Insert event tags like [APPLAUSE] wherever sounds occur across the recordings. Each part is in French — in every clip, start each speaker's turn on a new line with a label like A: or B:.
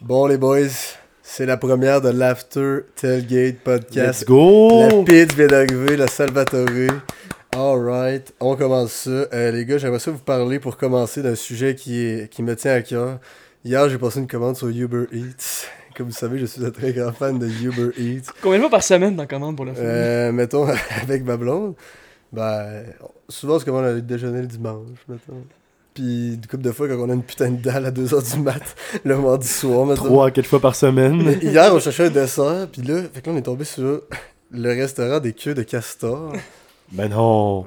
A: Bon, les boys, c'est la première de l'After Tailgate Podcast.
B: Let's go!
A: La pizza vient d'arriver, la Salvatore. Alright, on commence ça. Euh, les gars, j'aimerais ça vous parler pour commencer d'un sujet qui, est- qui me tient à cœur. Hier, j'ai passé une commande sur Uber Eats. Comme vous savez, je suis un très grand fan de Uber Eats.
C: Combien de fois par semaine t'en commandes pour le film?
A: Euh, mettons, [LAUGHS] avec ma blonde, ben, souvent on se commande le déjeuner le dimanche, mettons. Puis, une couple de fois, quand on a une putain de dalle à 2h du mat, [LAUGHS] le mardi soir, mettons.
B: Trois à quatre fois par semaine.
A: Mais Hier, on cherchait un dessert, puis là, fait que là, on est tombé sur le restaurant des queues de castor.
B: [LAUGHS] ben non.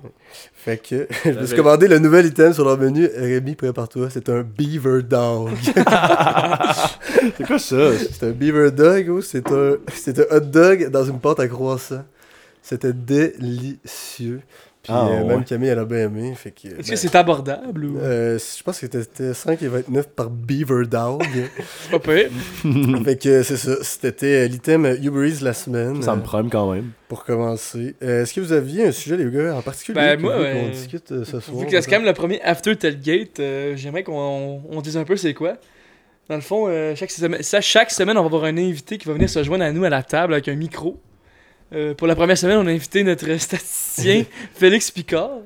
A: Fait que [LAUGHS] je me suis commandé le nouvel item sur leur menu. Rémi, prépare-toi, c'est un beaver dog.
B: C'est quoi ça?
A: c'est un beaver dog, gros, c'est un, c'est un hot dog dans une pâte à croissant. C'était délicieux. Puis
B: Ah,
A: euh, même
B: ouais.
A: Camille, elle a bien aimé. Fait que,
C: Est-ce
A: ben,
C: que c'est abordable ou.
A: euh, je pense que c'était 5,29 par beaver
B: [LAUGHS]
A: dog.
C: Pas pire.
A: fait que c'est ça, c'était euh, l'item Uber Eats de la semaine.
B: Ça me prime quand même.
A: Pour commencer, euh, est-ce que vous aviez un sujet, les gars, en particulier
C: Ben,
A: que
C: moi,
A: vous-
C: euh,
A: qu'on discute euh, ce soir?
C: Vu que c'est quand même le premier After Tailgate, euh, j'aimerais qu'on on- on dise un peu c'est quoi. Dans le fond, euh, chaque, semaine, ça, chaque semaine, on va avoir un invité qui va venir se joindre à nous à la table avec un micro. Euh, pour la première semaine, on a invité notre
A: [LAUGHS]
C: statisticien Félix Picard,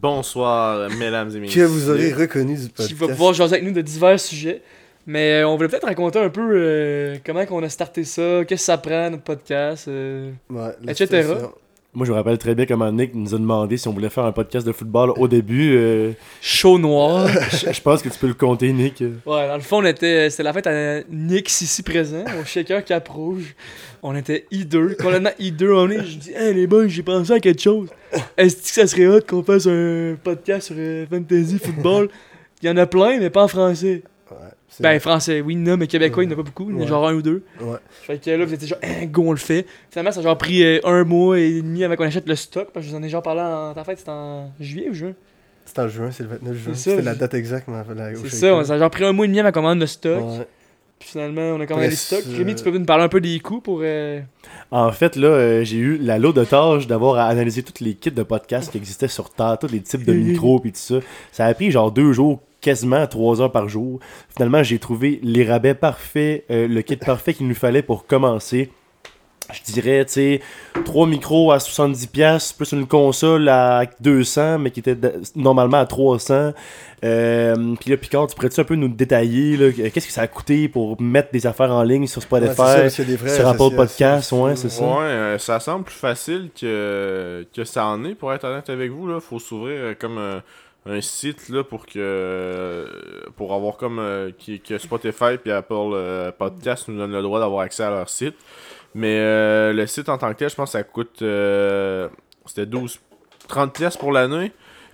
D: Bonsoir, mesdames et messieurs.
A: Que vous aurez reconnu du podcast.
C: qui va pouvoir jaser avec nous de divers sujets. Mais euh, on voulait peut-être raconter un peu euh, comment qu'on a starté ça, qu'est-ce que ça prend, notre podcast. euh.
A: Ouais, la
C: etc.
A: situation.
B: Moi, je me rappelle très bien comment Nick nous a demandé si on voulait faire un podcast de football au début. [LAUGHS] euh,
C: Chaud noir.
B: je je pense que tu peux le compter, Nick.
C: Ouais, dans le fond, on était. euh, C'était la fête à Nix ici présent, au shaker Cap Rouge. On était I2, complètement I2. On est, je dis, hey les boys, j'ai pensé à quelque chose. Est-ce que ça serait hot qu'on fasse un podcast sur euh, fantasy football Il y en a plein, mais pas en français.
A: Ouais, c'est-
C: Ben, français, oui, il y en a, mais québécois, il n'y en a pas beaucoup. Il y en a
A: Ouais.
C: genre un ou deux.
A: Ouais.
C: Fait que là, vous étiez genre, hein, go, on le fait. Finalement, ça a genre pris euh, un mois et demi avant qu'on achète le stock. Parce que je vous en ai genre parlé en. Ta fête, c'était en juillet ou juin
A: C'est en juin, c'est le 29 juin.
C: ça,
A: C'était
C: je-
A: la date exacte. mais la- la- au
C: C'est ça, on-
A: shaker.
C: ça a genre pris un mois et demi avant qu'on commande le stock.
A: Ouais.
C: Puis finalement, on a commandé
A: Après,
C: les stocks.
A: euh,
C: Rémi, tu peux nous parler un peu des coûts pour. euh,
B: En fait, là, euh, j'ai eu la lourde tâche d'avoir à analyser toutes les kits de podcasts qui existaient sur Terre, tous
A: [LAUGHS]
B: les types de micros et tout ça. Ça a pris genre deux jours, quasiment trois heures par jour. Finalement, j'ai trouvé les rabais parfaits, euh, le kit parfait qu'il nous fallait pour commencer. Je dirais, tu sais, trois micros à 70$, plus une console à 200$, mais qui était de- normalement à 300$. Euh, Puis là, Picard, tu pourrais-tu un peu nous détailler, là, qu'est-ce que ça a coûté pour mettre des affaires en ligne sur
A: Ouais,
B: Spotify?
A: c'est ça, parce qu'il y a des vraies
B: Sur Apple
A: associations.
B: Podcast, ouais, c'est
D: Ouais,
B: ça.
D: euh, ça semble plus facile que, que ça en est, pour être honnête avec vous. Là. Faut s'ouvrir euh, comme un, un site là, pour que euh, pour avoir comme euh, qui- que Spotify et Apple euh, Podcast nous donnent le droit d'avoir accès à leur site. Mais euh, le site en tant que tel, je pense que ça coûte euh, c'était 12 30 pièces pour l'année.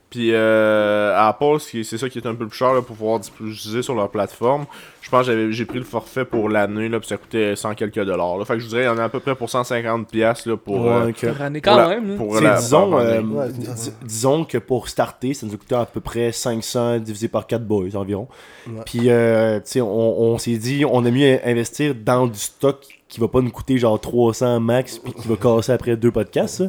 D: Puis euh, Apple, ce qui est- c'est ça qui est un peu plus cher là, pour pouvoir diffuser sur leur plateforme. Je pense que j'avais- j'ai pris le forfait pour l'année, là, puis ça coûtait 100 quelques dollars. Là. Fait que je vous dirais, il y en a à peu près pour 150 pièces là, pour... euh,
B: Ouais, ok.
C: pour année
D: pour
C: quand
D: la-
C: même. là.
D: pour
B: Tu sais,
D: la-
B: disons,
D: pour l'année.
B: euh,
A: Ouais, c'est
B: dis-
A: ça.
B: dis- disons que pour starter, ça nous a coûté à peu près 500 divisé par 4 boys environ.
A: Ouais.
B: Puis, euh, tu sais, on, on s'est dit, on a mieux investir dans du stock qui va pas nous coûter genre 300 max, puis qui va casser après deux podcasts. ça.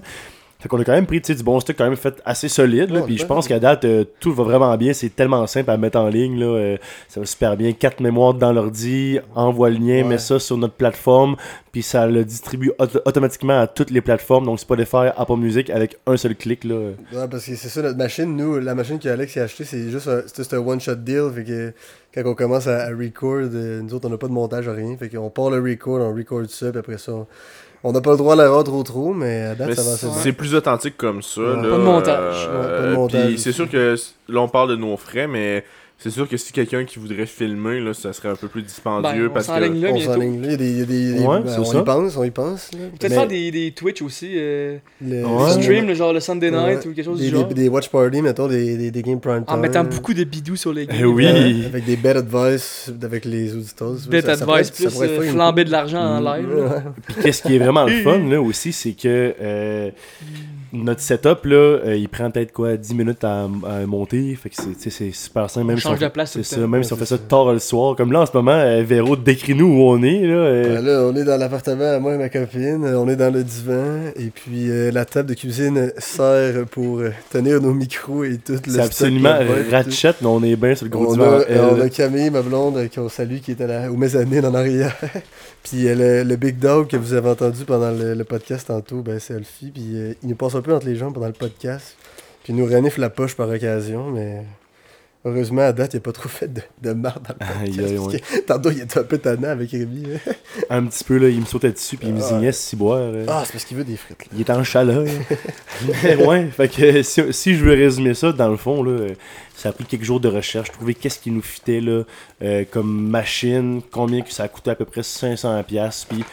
B: Fait qu'on a quand même pris tu sais, du bon stock, quand même fait assez solide. là,
A: Ouais,
B: puis je
A: ouais.
B: pense qu'à date, euh, tout va vraiment bien. C'est tellement simple à mettre en ligne. Là, euh, ça va super bien. Quatre mémoires dans l'ordi, envoie le lien,
A: Ouais.
B: mets ça sur notre plateforme, puis ça le distribue auto- automatiquement à toutes les plateformes. Donc Spotify, Apple Music avec un seul clic. Là.
A: Ouais, parce que c'est ça, notre machine, nous, la machine que Alex a achetée, c'est juste un, c'est juste un one-shot deal. Fait que quand on commence à, à record, euh, nous autres, on n'a pas de montage, rien. Fait qu'on part le record, on record ça, puis après ça, on- on n'a pas le droit à l'erreur trop trop, mais à date,
D: Mais
A: ça va assez
D: c'est
A: bien.
D: c'est plus authentique comme ça.
A: Ouais.
D: là,
C: Pas de montage.
D: euh,
A: Ouais, pas de montage
D: puis c'est
A: aussi.
D: sûr que s- là, on parle de nos frais, mais c'est sûr que si quelqu'un qui voudrait filmer, là, ça serait un peu plus
C: Ben,
D: dispendieux
C: on
D: parce
C: s'enligne
D: que.
C: là
A: On
C: bientôt.
A: s'enligne là, il y a des. il y a des- des-
B: Ouais,
A: ben,
B: c'est
A: on
B: ça.
A: y pense, on y pense. là.
C: Peut-être
A: Mais
C: faire des, des Twitch aussi, euh,
A: le-
B: Ouais.
C: des streams, le genre le Sunday
A: Ouais.
C: night ou quelque chose
A: des,
C: du genre.
A: Des, des watch parties, mettons, des, des, des game prime time.
C: En mettant beaucoup de bidous sur les
B: Eh
C: games.
B: oui.
A: Ouais, avec des bad advice avec les auditeurs.
C: Bet
A: Ça- ça pourrait
C: advice
A: être- ça
C: plus
A: pourrait être
C: euh,
A: fun.
C: flamber de l'argent en live. là.
A: Ouais. [LAUGHS]
B: Puis qu'est-ce qui est vraiment le fun là, aussi, c'est que euh, notre setup, là, euh, il prend peut-être quoi 10 minutes à, à monter. Fait que c'est, tu sais, c'est super simple.
C: On
B: Même si
C: change
B: on-
C: de place tout
B: C'est
C: le
B: ça,
C: temps.
B: même
A: Ouais,
B: si on fait
A: c'est
B: ça
A: ça.
B: tard le soir. Comme là, en ce moment, euh, Véro, décris-nous où on est. Là, euh,
A: Ben là, on est dans l'appartement à moi et ma copine. Euh, On est dans le divan. Et puis, euh, la table de cuisine sert pour euh, tenir nos micros et tout. le
B: c'est
A: stock
B: absolument
A: là-bas et tout.
B: ratchet, mais on est bien sur le gros
A: On
B: divan.
A: a,
B: Elle,
A: euh, on a Camille, ma blonde, euh, qu'on salue, qui est à la, au mezzanine en arrière. [LAUGHS] puis euh, le, le Big Dog que vous avez entendu pendant le, le podcast tantôt, ben, c'est Alfie. Puis euh, il nous passe un peu entre les jambes pendant le podcast. Puis il nous renifle la poche par occasion, mais heureusement, à date, il n'a pas trop fait de, de marre dans le [LAUGHS]
B: Aïe,
A: podcast.
B: aïe,
A: parce
B: ouais.
A: que Tantôt, il était un peu tannant avec Rémi. hein.
B: Un petit peu, là, il me sautait dessus, puis il me
A: Ah.
B: zignait si boire. euh.
A: Ah, c'est parce qu'il veut des frites. là.
B: Il est en chaleur. Mais ouais, fait que si, si je veux résumer ça, dans le fond, là, euh, ça a pris quelques jours de recherche, trouver qu'est-ce qui nous fitait là, euh, comme machine, combien que ça a coûté à peu près 500$, piastres, puis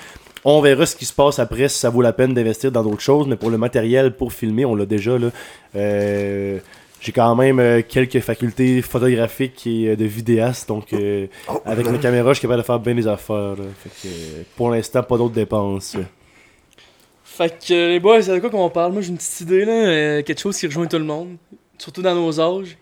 B: on verra ce qui se passe après, si ça vaut la peine d'investir dans d'autres choses, mais pour le matériel, pour filmer, on l'a déjà, là. Euh, j'ai quand même euh, quelques facultés photographiques et euh, de vidéaste, donc euh,
A: Oh,
B: avec ma caméra, je suis capable de faire bien des affaires. là. Fait que, euh, pour l'instant, pas d'autres dépenses.
C: Fait que euh, les boys, c'est de quoi qu'on parle? Moi j'ai une petite idée là, euh, quelque chose qui rejoint tout le monde, surtout dans nos âges.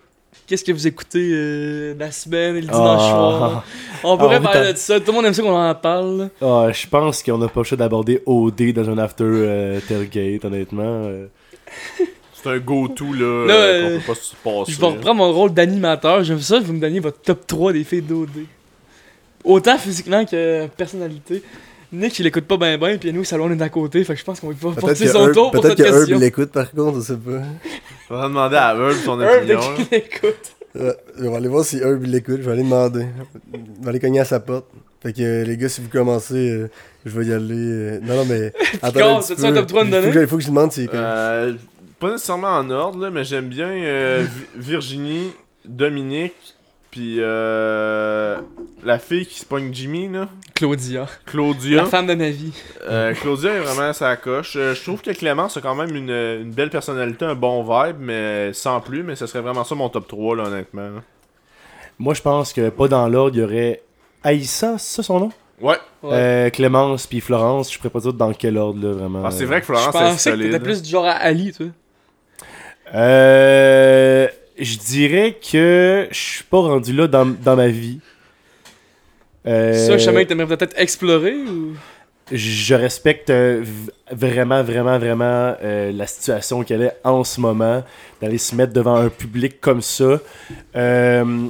C: Qu'est-ce que vous écoutez euh, la semaine et le dimanche
B: Ah.
C: soir? On pourrait
B: Ah, oui,
C: parler
B: t'as-
C: de ça, tout le monde aime ça qu'on en parle. là.
B: Ah, je pense qu'on n'a pas le choix d'aborder OD dans un after euh, tailgate, honnêtement. euh.
D: C'est un go-to, là,
C: Là,
D: euh,
C: euh,
D: qu'on peut pas se passer.
C: Je vais reprendre mon rôle d'animateur, j'aime ça, vous me donniez votre top 3 des filles d'OD. Autant physiquement que personnalité. Nick il écoute pas ben ben, puis nous au salon on est d'à côté, fait que je pense qu'on va pouvoir
A: Peut-être
C: passer
A: que,
C: son tour
A: Herb,
C: pour
A: peut-être
C: cette
A: que Herb
C: question.
A: l'écoute par contre, je sais pas.
D: On va demander à Herb son
C: Herb dès
D: opinion.
C: qu'il l'écoute.
A: Ouais, je vais aller voir si Herb il l'écoute, je vais aller demander. Je vais aller cogner à sa porte. Fait que euh, les gars, si vous commencez, euh, je vais y aller. euh, Non, non,
C: [LAUGHS]
A: mais.
C: Carl,
A: un petit
C: t'as-tu un
A: peu.
C: top trois à me
A: Il faut
C: donner?
A: que je- Il faut que je demande si.
D: Euh, pas nécessairement en ordre, là, mais j'aime bien euh, Vi- Virginie, Dominique, puis euh, la fille qui se pogne Jimmy, là,
C: Claudia,
D: Claudia.
C: la femme de ma vie.
D: Euh, Claudia est vraiment à sa coche. Euh, je trouve que Clémence a quand même une, une belle personnalité, un bon vibe, mais sans plus. Mais ce serait vraiment ça mon top 3, là, honnêtement. là.
B: Moi, je pense que pas dans l'ordre, il y aurait Aïssa, c'est ça son nom
D: Ouais.
C: Ouais.
B: Euh, Clémence puis Florence, je pourrais pas dire dans quel ordre, là, vraiment.
D: Ah, c'est vrai que
C: je
D: Florence est
C: pensais que
D: solide.
C: t'étais plus du genre à Ali, toi.
B: Euh, je dirais que je suis pas rendu là dans, dans ma vie. Euh,
C: Ça, chemin que t'aimerais peut-être explorer ou.
B: je respecte euh, v- vraiment, vraiment, vraiment euh, la situation qu'elle est en ce moment, d'aller se mettre devant un public comme ça. Euh,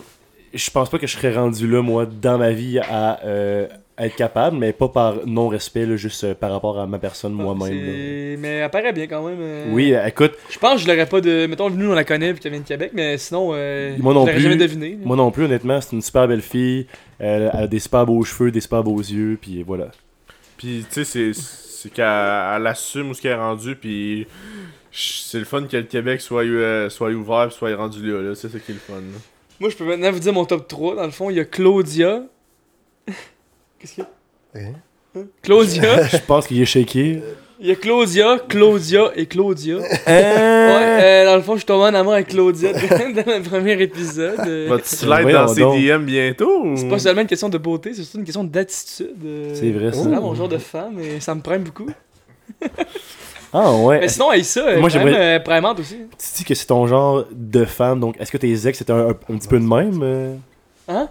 B: je pense pas que je serais rendu là, moi, dans ma vie, à euh, être capable, mais pas par non-respect, là, juste euh, par rapport à ma personne
C: Ah,
B: moi-même. là.
C: C'est- Mais elle paraît bien quand même. euh.
B: Oui, euh, écoute,
C: Je pense que je l'aurais pas de. Mettons, nous, on la connaît puis qu'elle vient de Québec, mais sinon, euh,
B: Moi non
C: je l'aurais
B: plus.
C: jamais deviné.
B: moi non plus, honnêtement, c'est une super belle fille. Elle a des super beaux cheveux, des super beaux yeux, puis voilà.
D: Puis, tu sais, c'est- c'est qu'elle elle assume où ce qu'elle est rendue. Puis, ch- c'est le fun que le Québec soit, euh, soit ouvert, puis soit rendu là. là. C'est ça qui est le fun. là.
B: [LAUGHS]
C: Moi, je peux maintenant vous dire mon top 3. Dans le fond, il y a Claudia. [LAUGHS] Qu'est-ce qu'il y a
A: Hein?
C: Hein? Claudia,
B: Je pense qu'il est shaké.
C: il y a Claudia, Claudia et Claudia. [LAUGHS] Ouais,
B: Hein?
C: euh, dans le fond, je suis tombé en amour avec Claudia [LAUGHS] dans le premier épisode. Euh,
D: Vas-tu slide
B: voyons
D: dans ses
B: donc.
D: DM bientôt ou-
C: C'est pas seulement une question de beauté, c'est surtout une question d'attitude. euh,
B: C'est vrai, ça.
C: C'est vraiment mon genre de femme et ça me prime beaucoup.
B: Ah ouais.
C: Mais sinon, elle ça,
B: Moi,
C: moi j'aimerais.
B: j'aimerais-
C: Euh, primante aussi.
B: Tu dis que c'est ton genre de femme, donc est-ce que tes ex c'était un, un- un petit peu de même euh?
C: Hein?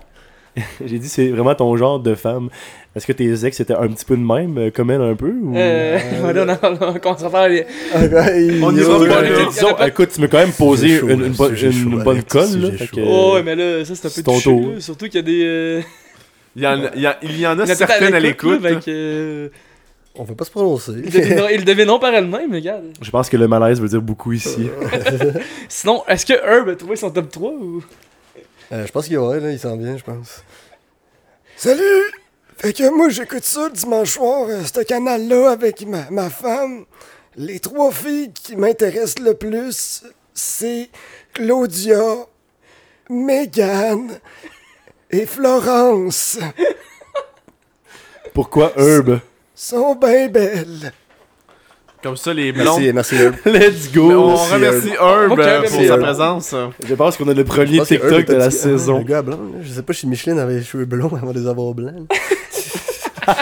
B: [LAUGHS] J'ai dit c'est vraiment ton genre de femme. Est-ce que tes ex c'était un petit peu de même, euh, comme elle un peu ou...
C: Euh, voilà, [LAUGHS] on, on, on commence à faire les.
A: [LAUGHS]
D: On y va
C: Ouais,
D: pas,
A: euh,
C: mais
D: là.
C: t'es-
B: Disons, euh, écoute, tu m'as quand même posé
A: C'est chaud,
B: une,
A: là,
B: une bo-
A: c'est chaud,
B: une
A: Alex,
B: bonne
A: c'est
B: colle. Là,
A: chaud.
B: fait que-
C: Oh, ouais, mais là, ça c'est un
B: Euh, c'est
C: peu
B: ton
C: touché.
B: tour.
C: là, Surtout qu'il y a des. euh,
D: Il y en, il y en- il y en
C: il
D: a
C: y en a peut-être
D: certaines à
C: là,
D: l'écoute. là.
C: fait que, euh,
A: On peut pas se prononcer.
C: Ils devineront- ils le devineront par elles-mêmes, regarde.
B: Je pense que le malaise veut dire beaucoup ici.
C: Sinon, est-ce que Herb a trouvé son top 3 ou.
A: Euh, je pense qu'il y aurait, là, il s'en vient, je pense. Salut! Fait que moi, j'écoute ça le dimanche soir, euh, ce canal-là, avec ma, ma femme. Les trois filles qui m'intéressent le plus, c'est Claudia, Megan et Florence.
B: Pourquoi Herb
A: Sont bien belles.
D: Comme ça, les blondes.
A: merci.
B: [LAUGHS] Let's
D: Mais
B: go
D: on
A: Merci,
D: remercie Herb
C: Ok,
D: euh,
C: merci,
D: pour sa
A: Herb.
D: présence.
B: Je pense qu'on a le premier TikTok de la saison.
A: Ah, gars blanc, là. je sais pas si Micheline avait les cheveux blonds avant de les avoir blancs. là.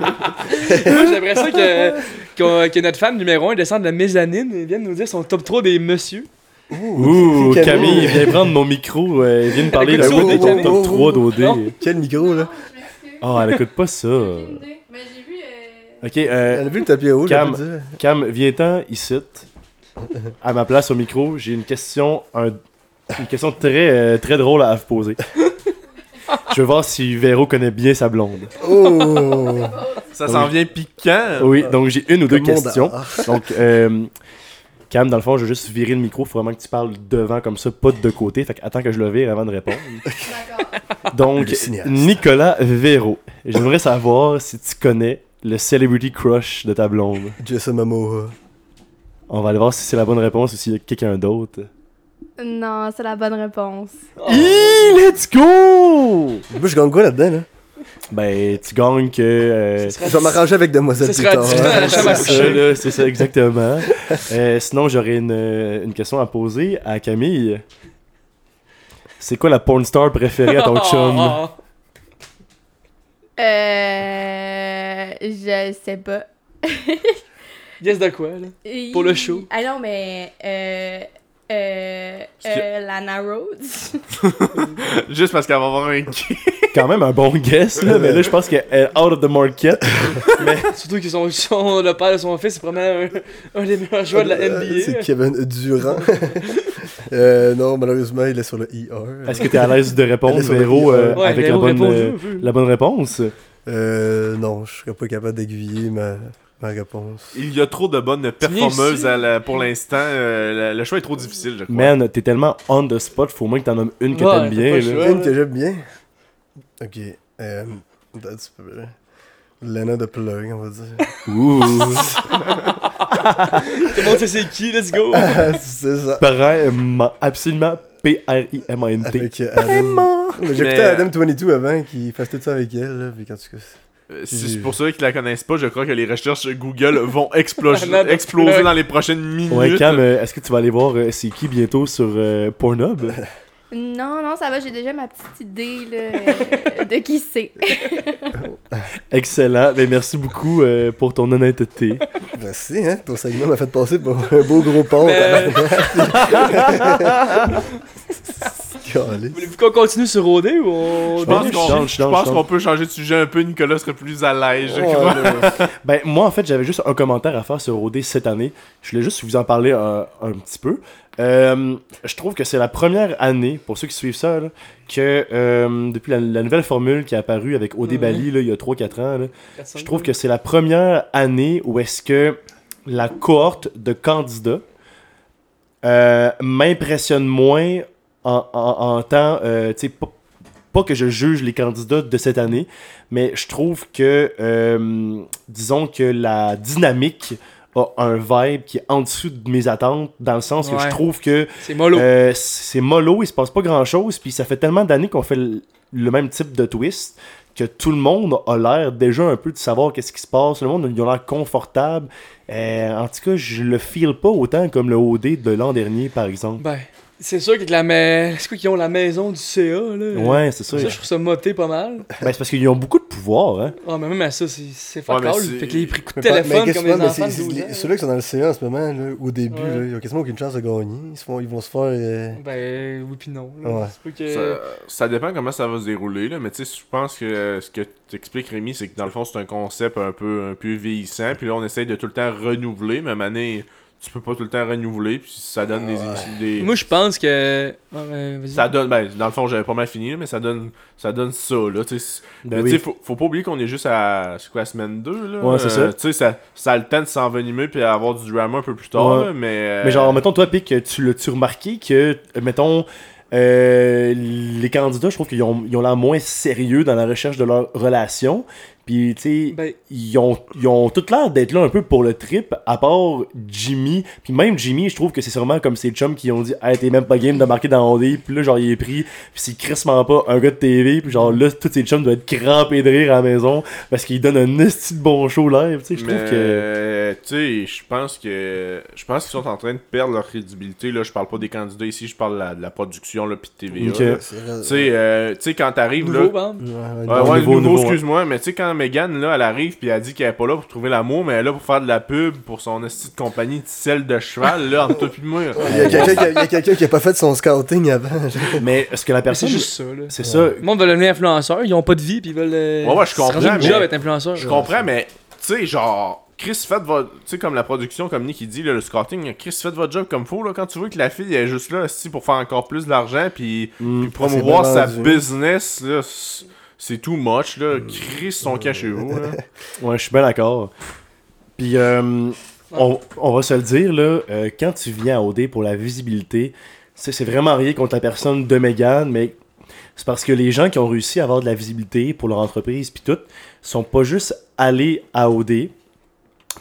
C: Moi, j'aimerais ça
B: [LAUGHS]
C: que, qu'on- que notre femme numéro 1 descende de la mezzanine et vienne nous dire son top 3 des messieurs.
B: Ouh,
A: Ah, Camille.
B: Camille, viens prendre mon micro. euh, viens me parler de
C: Écoute ça,
B: ton
A: Camille.
B: top 3 d'OD.
C: Non.
A: Quel micro, là?
E: Je m'excuse.
B: Ah, elle écoute pas ça.
E: J'ai aucune idée. Mais j'ai vu.
B: [LAUGHS]
E: euh,
B: Ok, euh,
A: Elle a vu le tapis rouge, elle
B: Cam.
A: peut dire.
B: Cam, viens-t'en ici. À ma place au micro, j'ai une question, un- une question très, euh, très drôle à vous poser. Je veux voir si Véro connaît bien sa blonde.
A: Oh!
D: Ça s'en
B: Oui.
D: vient piquant.
B: Oui, donc j'ai une ou deux
A: Le monde
B: questions.
A: a- ah,
B: Donc, euh, Cam, dans le fond, je vais juste virer le micro. Faut vraiment que tu parles devant comme ça, pas de côté. Fait que attends que je le vire avant de répondre.
E: D'accord.
B: Donc,
A: Le cinéaste.
B: Nicolas Véro, j'aimerais savoir si tu connais le celebrity crush de ta blonde.
A: Jason Momoa.
B: On va aller voir si c'est la bonne réponse ou s'il y a quelqu'un d'autre.
E: Non, c'est la bonne réponse.
B: Ah, Hi, let's go!
A: Moi, je gagne quoi là-dedans, là?
B: Ben, tu gagnes que. euh,
C: Ce sera-
A: Je vais m'arranger avec Demoiselle
C: Ce
A: plus
C: sera
A: tard.
C: discuté
A: [LAUGHS]
C: dans la chambre à
B: c'est ça,
C: coucher.
B: là, c'est ça, exactement. [LAUGHS] Euh, sinon, j'aurais une, euh, une question à poser à Camille. C'est quoi la porn star préférée [LAUGHS] à ton chum?
C: Ah, ah,
E: Euh. Je sais pas.
C: ah. Yes, de quoi, là? Pour le show.
E: Ah non, mais. Euh. Euh.
D: Est-ce
E: euh, Lana Rhodes.
D: [LAUGHS] Juste parce qu'elle va avoir un
B: Quand même un bon guess, là, mais là, je pense qu'elle est out of the market.
C: Surtout qu'ils sont, sont- le père de son fils, c'est probablement un, un des meilleurs joueurs de la
A: Euh, C'est
C: NBA.
A: Kevin Durant. [LAUGHS] Euh, non, malheureusement, il est sur le ER.
B: Est-ce que t'es à l'aise de répondre,
A: Elle est sur le
B: Véro,
A: lit,
B: euh,
A: ouais.
C: Ouais,
B: avec la
C: Véro
B: bonne,
C: répond,
B: euh,
C: je veux.
B: la bonne réponse?
A: Euh, non, je serais pas capable d'aiguiller ma, ma réponse.
D: Il y a trop de bonnes performeuses
C: ici.
D: à la- pour l'instant. euh, le, le choix est trop difficile, je crois.
B: Man, t'es tellement on the spot, faut au moins que t'en nommes une que
C: Ouais,
B: t'aimes
C: t'as
B: bien.
C: pas le
B: là.
C: choix.
A: Une que j'aime bien. Ok. Euh, that's- Lena de Plug, on va dire. [LAUGHS]
B: Ouh. [LAUGHS]
C: Tout le monde sait c'est qui,
B: [LAUGHS]
C: let's go!
A: Ah, c'est ça.
B: Vraiment, absolument P-R-I-M-A-N-T.
A: Avec Adam. Mais J'écoutais
D: Mais-
A: Adam
C: euh,
A: 22 avant qu'il fasse tout ça avec elle, là, puis quand tu
D: Euh, si c'est pour ceux qui la connaissent pas, je crois que les recherches Google vont exploser,
C: Anna de
D: exploser
C: Plug.
D: dans les prochaines minutes.
B: Ouais, Cam, euh, est-ce que tu vas aller voir euh, c'est qui bientôt sur euh, Pornhub?
E: [LAUGHS] Non, non, ça va, j'ai déjà ma petite idée là, [LAUGHS] euh, de qui c'est.
B: Excellent, ben merci beaucoup euh, pour ton honnêteté.
A: Merci, hein. Ton segment m'a fait passer pour un beau gros pont.
C: Mais- [LAUGHS] Voulez-vous qu'on continue sur OD ou on.
D: Je pense
B: Je
D: qu'on
B: change, je
D: je
B: change,
D: pense
B: je
D: qu'on peut changer de sujet un peu. Nicolas serait plus à l'aise, je crois. [LAUGHS]
B: Ben moi en fait j'avais juste un commentaire à faire sur OD cette année. Je voulais juste vous en parler euh, un petit peu. Euh, je trouve que c'est la première année, pour ceux qui suivent ça, là, que euh, depuis la, la nouvelle formule qui est apparue avec OD
C: Ouais.
B: Bali là, il y a 3-4 ans, là, Je trouve que c'est la première année où est-ce que la cohorte de candidats euh, m'impressionne moins en, en, en temps, euh, tu sais, pas, pas que je juge les candidats de cette année, mais je trouve que, euh, disons que la dynamique a un vibe qui est en dessous de mes attentes, dans le sens que je
C: Ouais.
B: trouve que
C: C'est mollo.
B: euh, c'est mollo, il se passe pas grand chose, puis ça fait tellement d'années qu'on fait le, le même type de twist que tout le monde a l'air déjà un peu de savoir qu'est-ce qui se passe. Le monde, ils ont l'air confortable. Euh, en tout cas, je le feel pas autant comme le OD de l'an dernier, par exemple.
C: Ben, c'est sûr que la mais... C'est quoi qu'ils ont la maison du CA, là?
B: Ouais, c'est ça.
C: Euh, Ça, je trouve ça moté pas mal.
B: Ben, c'est parce qu'ils ont beaucoup de pouvoir. Hein.
C: Ah, mais même à ça, c'est, c'est
D: Ouais,
C: fuck
D: mais
C: all.
D: c'est-
C: Fait que les prix coups de téléphone comme les enfants de 12 ans, là.
A: Ceux-là qui sont dans le CA en ce moment, là, au début,
C: Ouais.
A: là, ils ont quasiment aucune chance de gagner. Ils, se font- ils vont se faire. euh,
C: Ben, oui pis non. là.
A: Ouais.
C: C'est pas que-
D: Ça, ça dépend comment ça va se dérouler, là, mais tu sais, je pense que euh, ce que t'expliques, Rémi, c'est que dans le fond, c'est un concept un peu, un peu vieillissant, puis là, on essaye de tout le temps renouveler, mais à un moment donné, tu peux pas tout le temps renouveler, puis ça donne des... des-
C: Moi, je pense que. Ah, ben, vas-y.
D: ça donne, ben, dans le fond, j'avais pas mal fini, là, mais ça donne ça, donne ça là, tu sais.
B: Ben
D: mais
B: oui.
D: tu sais, faut, faut pas oublier qu'on est juste à, c'est quoi, la semaine 2, là? Euh,
B: Ouais, c'est ça.
D: Tu sais, ça, ça a le temps de s'envenimer, puis avoir du drama un peu plus tard,
B: Ouais.
D: là, mais... euh,
B: Mais genre, mettons, toi, Pic, tu l'as-tu remarqué que, mettons, euh, les candidats, je trouve qu'ils ont ils ont l'air moins sérieux dans la recherche de leur relation. Puis, tu sais,
C: Ben,
B: ils ont, ils ont tout l'air d'être là un peu pour le trip, à part Jimmy. Puis même Jimmy, je trouve que c'est sûrement comme ces chums qui ont dit Hey, t'es même pas game de marquer dans OD. Puis là, genre, il est pris. Puis c'est crissement pas un gars de TV. Puis genre, là, tous ces chums doivent être crampés de rire à la maison parce qu'ils donnent un esti de bon show live. Tu sais, je trouve
D: Mais,
B: que.
D: euh, Tu sais, je pense que. Je pense qu'ils sont en train de perdre leur crédibilité. Là, je parle pas des candidats ici, je parle de la, de la production, là, pis de TVA.
B: Ok.
D: là.
A: c'est vrai.
D: Tu sais, euh, tu sais, quand t'arrives, là.
C: nouveau, bande.
A: Ouais, ouais,
D: Ouais,
A: non.
D: ouais,
B: Nouveau,
D: nouveau,
B: nouveau,
D: excuse-moi, mais tu sais, quand, Megan, là, elle arrive puis elle dit qu'elle est pas là pour trouver l'amour, mais elle est là pour faire de la pub pour son esti de compagnie de selle de cheval, là, entre toi pis moi.
A: [LAUGHS] Il y a quelqu'un qui, a- il y a quelqu'un qui a pas fait son scouting avant. genre.
B: [LAUGHS] Mais est-ce que la
C: Mais c'est
B: personne.
C: juste ça, là.
B: C'est ça.
C: Le monde veut devenir influenceur, ils ont pas de vie, puis ils veulent. euh,
D: Ouais, ouais, je
C: se rendre
D: comprends,
C: une job
D: mais-
C: être influenceur.
D: Je euh, comprends, mais tu sais, genre, Chris, faites votre. Tu sais, comme la production, comme Nick il dit, là, le scouting, Chris, faites votre job comme faut, là. Quand tu vois que la fille elle est juste là, si pour faire encore plus d'argent, puis,
C: Hmm,
D: puis promouvoir
A: Ah, c'est
D: sa
A: bien vendu.
D: business, là, c'est- c'est too much, là. Chris, son cas chez vous, là.
B: Ouais, je suis bien d'accord. Puis, euh, on, on va se le dire, là, euh, quand tu viens à OD pour la visibilité, c'est c'est vraiment rien contre la personne de Mégane, mais c'est parce que les gens qui ont réussi à avoir de la visibilité pour leur entreprise, puis tout, sont pas juste allés à OD,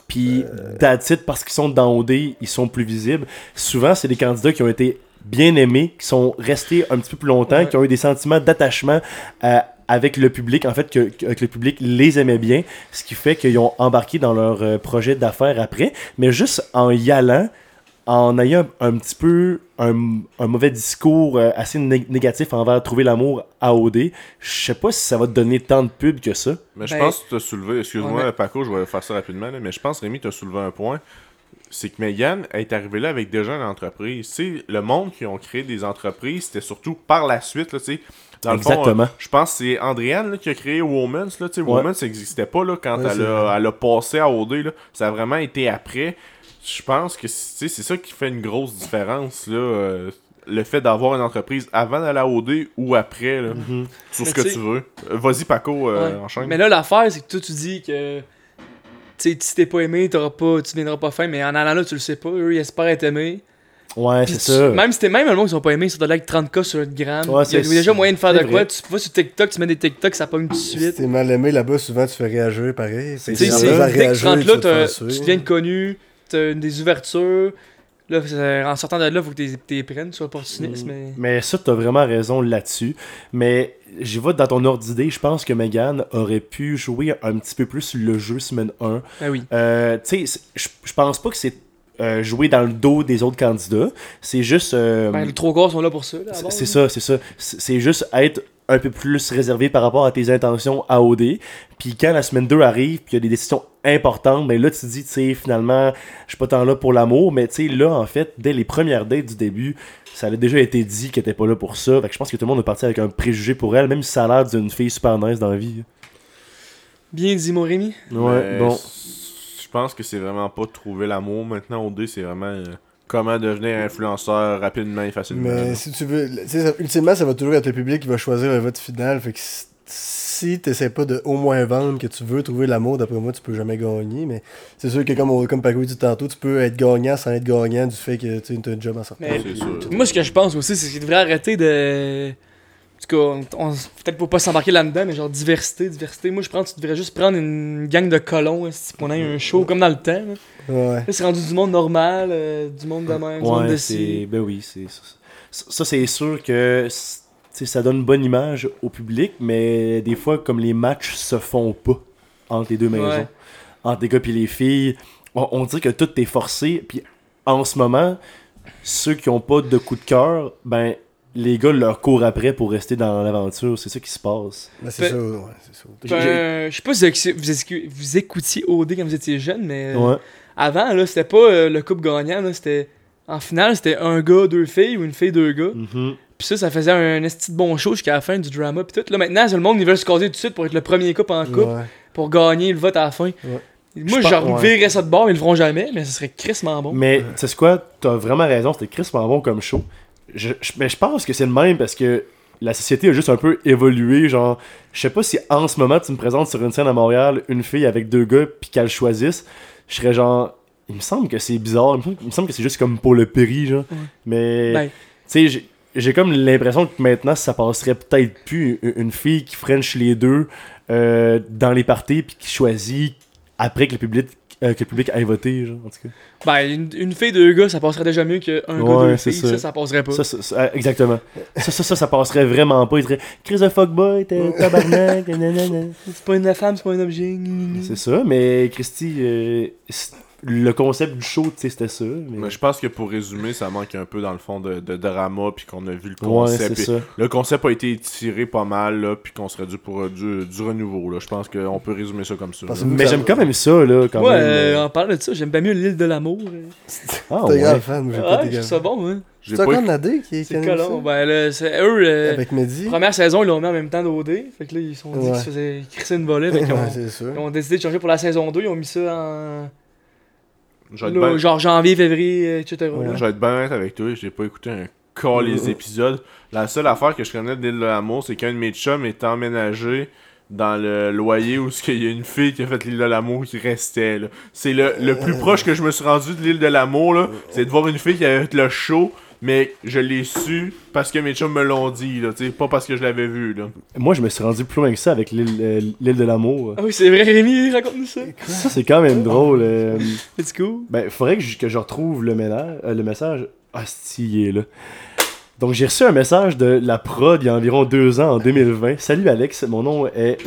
B: puis that's it, parce qu'ils sont dans OD, ils sont plus visibles. Souvent, c'est des candidats qui ont été bien aimés, qui sont restés un petit peu plus longtemps,
C: Ouais.
B: qui ont eu des sentiments d'attachement euh, avec le public, en fait, que, que- que le public les aimait bien, ce qui fait qu'ils ont embarqué dans leur euh, projet d'affaires après, mais juste en y allant, en ayant un, un petit peu un, un mauvais discours euh, assez né- négatif envers trouver l'amour à OD, je sais pas si ça va te donner tant de pubs que ça.
D: Mais je
C: Ben,
D: pense que tu as soulevé, excuse-moi
C: ouais, mais-
D: Paco, je vais faire ça rapidement, là, mais je pense Rémi, tu as soulevé un point. C'est que Megan est arrivée là avec déjà une entreprise. Tu sais, le monde qui ont créé des entreprises, c'était surtout par la suite, là, tu sais. Dans le fond,
B: Exactement.
D: euh, je pense que c'est Andréane là, qui a créé Woman's. Là, tu sais,
B: Ouais.
D: Woman's ça n'existait pas là, quand
A: Ouais,
D: elle,
A: c'est
D: a, elle a passé à OD. Là. Ça a vraiment été après. Je pense que c'est tu sais, c'est ça qui fait une grosse différence. Là, euh, le fait d'avoir une entreprise avant d'aller à OD ou après. Là, Sur ce
C: Mais
D: que
C: tu sais-
D: tu veux. Euh, Vas-y, Paco, euh,
C: Ouais.
D: enchaîne.
C: Mais là, l'affaire, c'est que toi, tu dis que. Tu sais, si t'es pas aimé, t'auras pas, tu viendras pas fin, mais en allant là, tu le sais pas. Eux, ils espèrent être aimés.
B: Ouais,
C: Puis
B: c'est
C: tu-
B: ça.
C: Même si t'es même le monde qui sont pas aimés, ça doit like 30k sur le gramme.
B: Ouais,
C: il y a
B: c'est-
C: déjà moyen de faire de
B: c'est
C: quoi.
B: vrai.
C: Tu vas sur TikTok, tu mets des TikTok, ça pogne tout de
A: Si
C: suite.
A: t'es mal aimé là-bas, souvent tu fais réagir pareil.
B: C'est-
A: Fait que
C: Tu sais,
A: si
B: Ils
C: c'est-
A: t'arrives à
C: dès que tu
A: réagir,
C: rentres
A: tu vas
C: là,
A: te faire
C: t'as- tu
A: suer.
C: deviens connu, t'as une- des ouvertures. Là, c'est- en sortant de là, faut que t'es- t'es prennes sur
B: Mm.
C: l'opportunisme. mais-
B: Mais ça, t'as vraiment raison là-dessus. Mais j'y vais dans ton ordre d'idée. Je pense que Megan aurait pu jouer un petit peu plus le jeu semaine 1.
C: Ah oui.
B: Euh, tu sais, c'est- je je pense pas que c'est euh, jouer dans le dos des autres candidats. C'est juste. euh,
C: Ben, les trois gars sont là pour ça. là, à
B: c'est-
C: base.
B: c'est ça, c'est ça. C'est c'est juste être un peu plus réservé par rapport à tes intentions à OD. Puis quand la semaine 2 arrive, puis il y a des décisions importantes, mais là tu te dis, tu sais, finalement, je suis pas tant là pour l'amour, mais tu sais, là en fait, dès les premières dates du début, ça a déjà été dit qu'elle était pas là pour ça. Fait que je pense que tout le monde est parti avec un préjugé pour elle, même si ça a l'air d'une fille super nice dans la vie.
C: Bien dit, mon Rémi.
B: Ouais,
D: Mais
B: bon.
D: c- Je pense que c'est vraiment pas trouver l'amour maintenant. OD, c'est vraiment euh, comment devenir influenceur rapidement et facilement.
A: Mais si tu veux, tu sais, ça- ultimement, ça va toujours être le public qui va choisir le vote final. Fait que si- si t'essaies pas de au moins vendre que tu veux trouver l'amour, d'après moi, tu peux jamais gagner. Mais c'est sûr que comme, on- comme Paco dit tantôt, tu peux être gagnant sans être gagnant du fait que tu as un job en sortant.
C: Mais-
D: C'est sûr.
C: Moi, ce que je pense aussi, c'est qu'il devrait arrêter de. En tout cas, on- on- peut-être pour pas s'embarquer là-dedans, mais genre diversité, diversité. Moi, je pense que tu devrais juste prendre une gang de colons, hein, si on a un show comme dans le temps. Là,
A: Ouais.
C: Là, c'est rendu du monde normal, euh, du monde de même, du monde de
B: Ouais,
C: ci.
B: c'est. Ben oui, c'est. Ça, ça, c'est sûr que c'est- tu sais, ça donne une bonne image au public, mais des fois, comme les matchs se font pas entre les deux maisons,
C: Ouais.
B: entre les gars et les filles, on, on dit que tout est forcé, puis en ce moment, ceux qui ont pas de coup de cœur, ben. Les gars leur courent après pour rester dans l'aventure, c'est ça qui se passe.
A: Ben, c'est
C: Pe-
A: ça, ouais, c'est ça.
C: Ben, je sais pas si vous écoutiez- vous, écoutiez- vous écoutiez OD quand vous étiez jeune, mais euh,
B: Ouais.
C: avant, là, c'était pas euh, le couple gagnant, là, c'était. En finale, c'était un gars, deux filles ou une fille, deux gars.
B: Mhm.
C: Puis ça, ça faisait un esti de bon show jusqu'à la fin du drama. Puis tout. Là, maintenant, c'est le monde, ils veulent se caser tout de suite pour être le premier couple en couple.
A: Ouais.
C: pour gagner le vote à la fin. Moi,
B: Je
C: genre,
B: pense- ouais.
C: virer ça de bord, ils le feront jamais, mais ce serait crissement bon.
B: Mais tu sais quoi, t'as vraiment raison, c'était crissement bon comme show. Je, je- mais je pense que c'est le même parce que la société a juste un peu évolué. Genre, je sais pas si en ce moment tu me présentes sur une scène à Montréal une fille avec deux gars puis qu'elle choisisse, je serais genre. Il me semble que c'est bizarre, il me semble- il me semble que c'est juste comme pour le péri, genre. Mais.
C: Ben.
B: tu sais, j'ai- j'ai comme l'impression que maintenant ça passerait peut-être plus une- une fille qui french les deux euh, dans les parties puis qui choisit après que le public, euh, que le public aille voter, genre, en tout cas.
C: Ben, une, une fille, deux gars, ça passerait déjà mieux qu'un gars,
B: Ouais,
C: deux
B: c'est
C: filles. Ça.
B: ça.
C: ça, passerait pas.
B: Ça, ça, ça, euh, exactement. ça, ça, ça, ça passerait vraiment pas. Il dirait Chris de fuckboy, t'es tabarnak, nanana.
C: [LAUGHS] C'est pas une femme, c'est pas un objet. gni, gni, gni.
B: C'est ça, mais Christy, euh, c'est- le concept du show, tu sais, c'était ça. Mais...
D: Mais je pense que pour résumer, ça manque un peu dans le fond de, de drama, puis qu'on a vu le
B: ouais,
D: concept.
B: c'est
D: puis
B: ça.
D: le concept a été étiré pas mal, là, puis qu'on serait dû pour euh, du, du renouveau. Là. Je pense qu'on peut résumer ça comme ça.
A: Parce
D: là.
A: que-
B: Mais j'aime quand même ça, là, quand
C: ouais,
B: même.
C: euh, en parlant de ça, j'aime bien mieux l'île de l'amour. euh.
B: Ah,
A: T'es
B: ouais.
A: grand fan, j'ai pas
C: Ouais,
A: été
C: je
A: grand.
C: trouve ça bon, hein.
D: J'ai
A: C'est
D: pas
A: encore
D: écou-
A: Nadé qui
C: C'est
A: est
C: colon.
A: canon.
C: Ben là, c'est eux. euh,
A: Avec Mehdi.
C: Première saison, ils l'ont mis en même temps d'OD. Fait que là, ils se sont dit
A: Ouais.
C: qu'ils se faisaient crisser une volée. Fait qu'ils ont-
A: Ouais, c'est sûr.
C: ils ont décidé de changer pour la saison 2. Ils ont mis ça en.
D: je vais être
C: là,
D: ben-
C: Genre janvier, février, etc. là.
B: Ouais.
D: je vais être bien honnête avec toi, j'ai pas écouté un call les épisodes. La seule affaire que je connais de l'île de l'amour, c'est qu'un de mes chums est emménagé dans le loyer où ce qu'il y a une fille qui a fait l'île de l'amour qui restait. là. C'est le, le plus proche que je me suis rendu de l'île de l'amour, là, c'est de voir une fille qui avait fait le show. Mais je l'ai su parce que mes chums me l'ont dit, là, tu sais, pas parce que je l'avais vu. Là.
B: Moi, je me suis rendu plus loin que ça avec l'île euh, l'île de l'amour.
C: Ah oui, c'est vrai, Rémi, raconte-nous ça.
B: Ça, c'est quand
C: Ah.
B: même drôle. euh,
C: Let's go.
B: Ben, faudrait que je, que je retrouve le, ménage, euh, le message. Ah, si, il est là. Donc, j'ai reçu un message de la prod il y a environ deux ans, en 2020. Salut Alex, mon nom est,